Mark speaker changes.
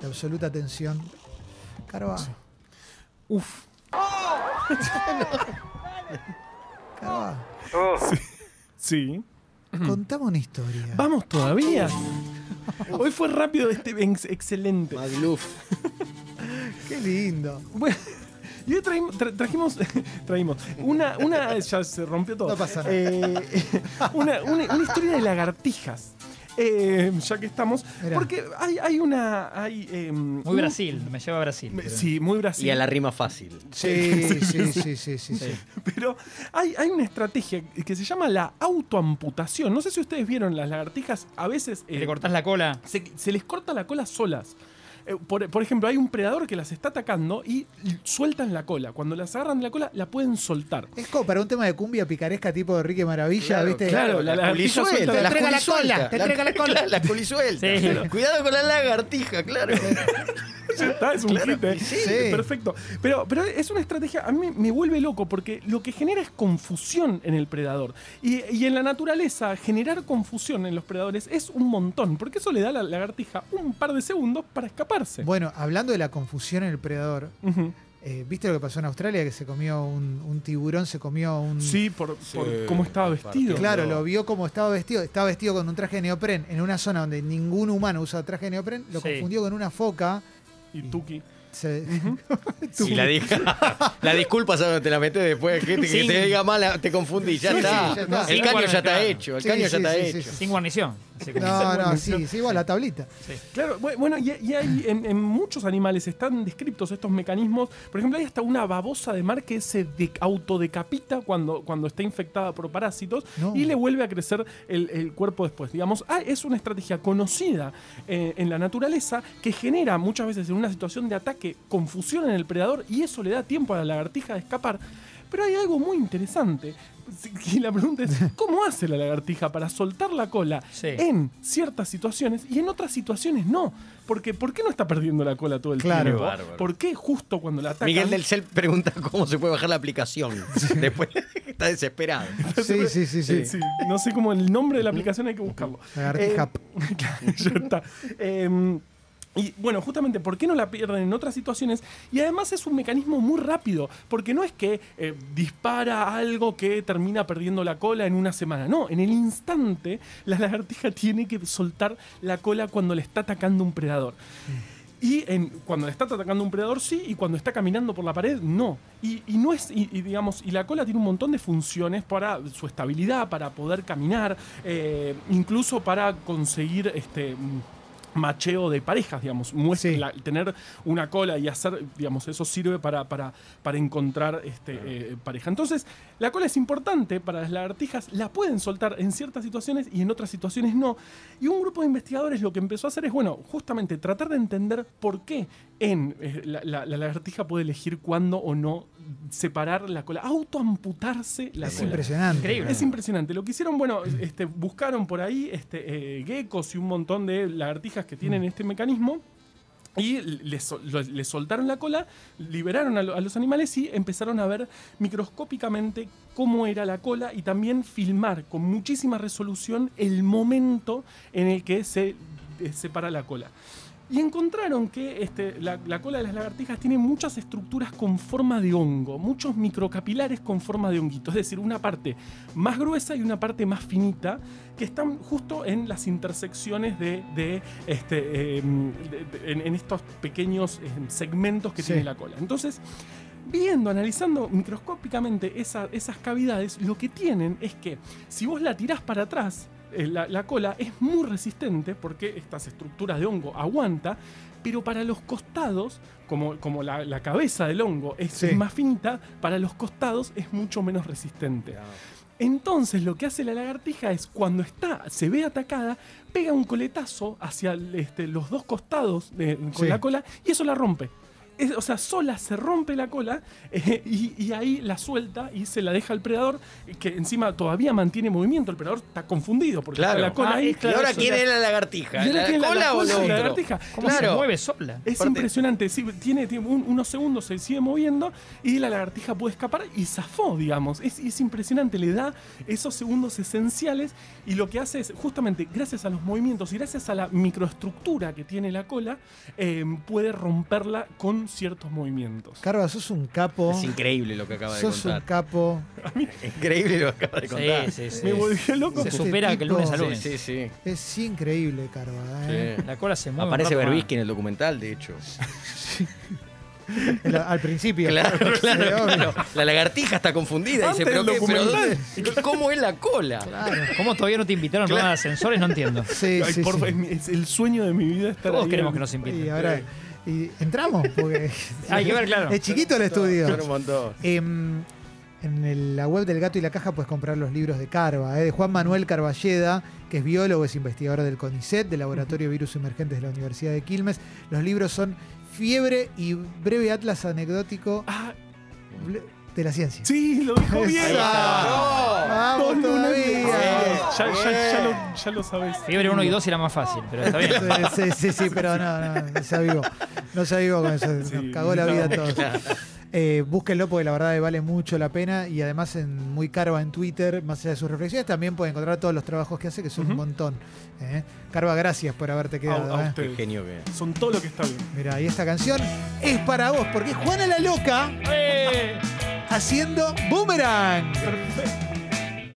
Speaker 1: de absoluta tensión. Carvajal.
Speaker 2: Uf.
Speaker 1: Carvajal.
Speaker 3: Oh,
Speaker 2: Sí.
Speaker 1: Contame una historia.
Speaker 2: Vamos todavía. Hoy fue rápido este ex- excelente.
Speaker 4: Magluf.
Speaker 1: Qué lindo.
Speaker 2: Bueno, y hoy traim- tra- trajimos, traímos una, una, ya se rompió todo.
Speaker 1: No pasa nada.
Speaker 2: Eh, una, una- una historia de lagartijas. Eh, ya que estamos,
Speaker 1: Mirá.
Speaker 2: porque hay, hay una. Hay, eh,
Speaker 5: Muy Brasil, me lleva a Brasil.
Speaker 2: Me- Sí, muy Brasil.
Speaker 4: Y a la rima fácil.
Speaker 1: Sí, sí, sí, sí, sí, sí.
Speaker 2: Pero hay, hay una estrategia que se llama la autoamputación. No sé si ustedes vieron las lagartijas, a veces
Speaker 5: Que
Speaker 2: eh,
Speaker 5: Te cortás la cola.
Speaker 2: se, se les corta la cola solas. Eh, por, por ejemplo, hay un predador que las está atacando y sueltan la cola. Cuando las agarran de la cola, la pueden soltar.
Speaker 1: Es como para un tema de cumbia picaresca tipo de Ricky Maravilla,
Speaker 4: Claro,
Speaker 1: ¿viste?
Speaker 2: claro, la lagartija suelta-
Speaker 4: la
Speaker 2: Te
Speaker 5: entrega la
Speaker 4: culisuelta,
Speaker 5: cola, te entrega la cola.
Speaker 4: La culisuelta.
Speaker 5: Sí.
Speaker 4: Claro. Cuidado con la lagartija, claro.
Speaker 2: Ya está, es un hit, ¿eh?
Speaker 1: sí.
Speaker 2: Perfecto. Pero, pero es una estrategia, a mí me vuelve loco porque lo que genera es confusión en el predador. Y, y en la naturaleza, generar confusión en los predadores es un montón, porque eso le da a la lagartija un par de segundos para escaparse.
Speaker 1: Bueno, hablando de la confusión en el predador,
Speaker 2: Ujú.
Speaker 1: eh, ¿viste lo que pasó en Australia? Que se comió un, un tiburón, se comió un.
Speaker 2: Sí, por, por cómo estaba vestido.
Speaker 1: Claro, lo vio como estaba vestido. Estaba vestido con un traje de neopren en una zona donde ningún humano usa traje de neopren. Lo
Speaker 5: Sí.
Speaker 1: confundió con una foca.
Speaker 2: Y Tuki.
Speaker 1: Se-
Speaker 4: Y la, dija- la disculpa, ¿sabes? dónde Te la metes después. Que te, que
Speaker 5: Sin-
Speaker 4: te diga mal, te confundí. Ya,
Speaker 1: Sí,
Speaker 4: está.
Speaker 1: sí, ya está.
Speaker 4: El
Speaker 5: Sin
Speaker 4: caño ya está
Speaker 5: guarda-
Speaker 4: hecho. El
Speaker 1: Sí,
Speaker 4: caño
Speaker 1: sí,
Speaker 4: ya está
Speaker 1: sí, sí,
Speaker 4: hecho.
Speaker 1: sí.
Speaker 5: Sin guarnición. Así como-
Speaker 1: No, no, sí, sí, igual la tablita.
Speaker 2: Claro, bu- bueno, y, y hay en, en muchos animales están descriptos estos mecanismos. Por ejemplo, hay hasta una babosa de mar que se de- autodecapita cuando, cuando está infectada por parásitos
Speaker 1: No.
Speaker 2: y le vuelve a crecer el, el cuerpo después. Digamos, ah, es una estrategia conocida eh, en la naturaleza que genera muchas veces en una situación de ataque confusión en el predador y eso le da tiempo a la lagartija de escapar. Pero hay algo muy interesante. Y la pregunta es, ¿cómo hace la lagartija para soltar la cola
Speaker 5: Sí.
Speaker 2: en ciertas situaciones y en otras situaciones no? Porque ¿por qué no está perdiendo la cola todo el
Speaker 1: Claro.
Speaker 2: tiempo?
Speaker 4: Qué bárbaro.
Speaker 2: ¿Por qué justo cuando la atacan?
Speaker 4: Miguel del Cel pregunta cómo se puede bajar la aplicación. Después está desesperado.
Speaker 1: Sí, sí, sí, sí.
Speaker 2: Sí, no sé cómo el nombre de la aplicación hay que buscarlo.
Speaker 1: Lagartija.
Speaker 2: Eh, claro, ya está. Eh, y bueno, justamente, ¿por qué no la pierden en otras situaciones? Y además es un mecanismo muy rápido, porque no es que eh, dispara algo que termina perdiendo la cola en una semana. No, en el instante la lagartija tiene que soltar la cola cuando le está atacando un predador. Y en- cuando le está atacando un predador, sí, y cuando está caminando por la pared, no. Y, y no es, y, y digamos, y la cola tiene un montón de funciones para su estabilidad, para poder caminar, eh, incluso para conseguir este mm, macheo de parejas, digamos. Muestra-
Speaker 1: Sí.
Speaker 2: la- tener una cola y hacer, digamos, eso sirve para, para, para encontrar este, eh, pareja. Entonces, la cola es importante para las lagartijas, la pueden soltar en ciertas situaciones y en otras situaciones no. Y un grupo de investigadores lo que empezó a hacer es, bueno, justamente tratar de entender por qué en eh, la, la- la lagartija puede elegir cuándo o no separar la cola, autoamputarse la
Speaker 1: Es
Speaker 2: cola.
Speaker 1: impresionante.
Speaker 5: Increíble.
Speaker 2: Es impresionante. Lo que hicieron, bueno, este, buscaron por ahí este, eh, geckos y un montón de lagartijas que tienen este mecanismo. Y le, sol- lo- le soltaron la cola, liberaron a, lo- a los animales y empezaron a ver microscópicamente cómo era la cola y también filmar con muchísima resolución el momento en el que se eh, separa la cola. Y encontraron que este, la, la cola de las lagartijas tiene muchas estructuras con forma de hongo, muchos microcapilares con forma de honguito, es decir, una parte más gruesa y una parte más finita que están justo en las intersecciones de, de, este, eh, de- de- en, en estos pequeños eh, segmentos que
Speaker 1: Sí.
Speaker 2: tiene la cola. Entonces, viendo, analizando microscópicamente esa- esas cavidades, lo que tienen es que si vos la tirás para atrás, eh, la, la cola es muy resistente porque estas estructuras de hongo aguanta, pero para los costados, como, como la, la cabeza del hongo es
Speaker 1: Sí.
Speaker 2: más finita, para los costados es mucho menos resistente. Entonces lo que hace la lagartija es cuando está, se ve atacada, pega un coletazo hacia el, este, los dos costados de- con
Speaker 1: Sí.
Speaker 2: la cola y eso la rompe. es- o sea, sola se rompe la cola eh, y, y ahí la suelta y se la deja al predador, que encima todavía mantiene movimiento. El predador está confundido porque
Speaker 4: Claro.
Speaker 2: está la cola
Speaker 5: Ah,
Speaker 2: ahí.
Speaker 5: es que
Speaker 4: Y ahora
Speaker 5: eso,
Speaker 4: quién
Speaker 5: ya.
Speaker 4: es la lagartija.
Speaker 2: Y ahora
Speaker 4: ¿La
Speaker 2: quién es la
Speaker 4: cola o
Speaker 2: cola
Speaker 4: lo
Speaker 2: y la
Speaker 4: otro?
Speaker 2: lagartija.
Speaker 5: ¿Cómo
Speaker 4: Claro.
Speaker 5: se mueve sola?
Speaker 2: Es
Speaker 4: Aparte-
Speaker 2: impresionante, sí, tiene, tiene un- unos segundos, se sigue moviendo y la lagartija puede escapar y zafó, digamos. Es, es impresionante, le da esos segundos esenciales y lo que hace es, justamente gracias a los movimientos y gracias a la microestructura que tiene la cola, eh, puede romperla con ciertos movimientos.
Speaker 1: Carva, sos un capo.
Speaker 4: Es increíble lo que acaba de
Speaker 1: Sos un
Speaker 4: contar.
Speaker 1: capo.
Speaker 4: Increíble lo que acaba de contar.
Speaker 5: Sí, sí, sí.
Speaker 2: Me volvió loco.
Speaker 5: Se
Speaker 1: Este
Speaker 5: supera que el
Speaker 1: tipo-
Speaker 5: lunes a
Speaker 4: Sí,
Speaker 5: lunes.
Speaker 4: sí, sí.
Speaker 1: Es increíble, Carva. ¿eh?
Speaker 4: Sí.
Speaker 5: La cola se mueve.
Speaker 4: Aparece
Speaker 5: un rato más.
Speaker 4: Berbisky en el documental, de hecho.
Speaker 1: El- al principio.
Speaker 4: Claro, claro,
Speaker 1: Sí, obvio.
Speaker 4: claro. La lagartija está confundida.
Speaker 2: Antes
Speaker 4: dice, pero,
Speaker 2: del
Speaker 4: qué, pero
Speaker 2: documental.
Speaker 4: ¿dónde- ¿cómo es la cola?
Speaker 5: ¿Cómo todavía no te invitaron a de ascensores? No entiendo.
Speaker 1: Ah, Sí,
Speaker 2: Ay,
Speaker 1: sí,
Speaker 2: por
Speaker 1: sí.
Speaker 2: fa- es mi- es el sueño de mi vida estar
Speaker 5: Todos
Speaker 2: ahí
Speaker 5: queremos
Speaker 2: en-
Speaker 5: que nos inviten.
Speaker 1: Y ahora y entramos porque
Speaker 5: Hay que ver, claro.
Speaker 1: es chiquito el estudio.
Speaker 4: Son un montón.
Speaker 1: Em, en el- la web del Gato y la Caja puedes comprar los libros de Carva, eh, de Juan Manuel Carballeda, que es biólogo, es investigador del CONICET, del Laboratorio de Virus Emergentes de la Universidad de Quilmes. Los libros son Fiebre y Breve Atlas Anecdótico
Speaker 2: Ah,
Speaker 1: ble- de la Ciencia.
Speaker 2: sí, lo dijo bien.
Speaker 1: Esa.
Speaker 2: No,
Speaker 1: ¡Vamos
Speaker 2: no, no, no.
Speaker 1: todavía!
Speaker 2: Ya, ya- ya lo, ya lo sabes.
Speaker 5: Fiebre 1 y 2 era más fácil, pero está bien.
Speaker 1: Sí, sí, sí, sí, pero no, no, no se avivó. No se avivó con eso. Nos
Speaker 2: Sí,
Speaker 1: cagó la
Speaker 2: no,
Speaker 1: vida a todos. Eh, búsquenlo porque la verdad vale mucho la pena y además en muy carva en Twitter, más allá de sus reflexiones, también pueden encontrar todos los trabajos que hace, que son un
Speaker 2: Ujú.
Speaker 1: montón. ¿eh? Carva, gracias por haberte quedado.
Speaker 2: a
Speaker 1: ¿eh?
Speaker 2: usted.
Speaker 4: Qué genio que es.
Speaker 2: Son todo lo que está bien.
Speaker 1: Mira, y esta canción es para vos, porque es Juana la Loca
Speaker 5: ¡Eh!
Speaker 1: haciendo boomerang.
Speaker 2: Perfecto.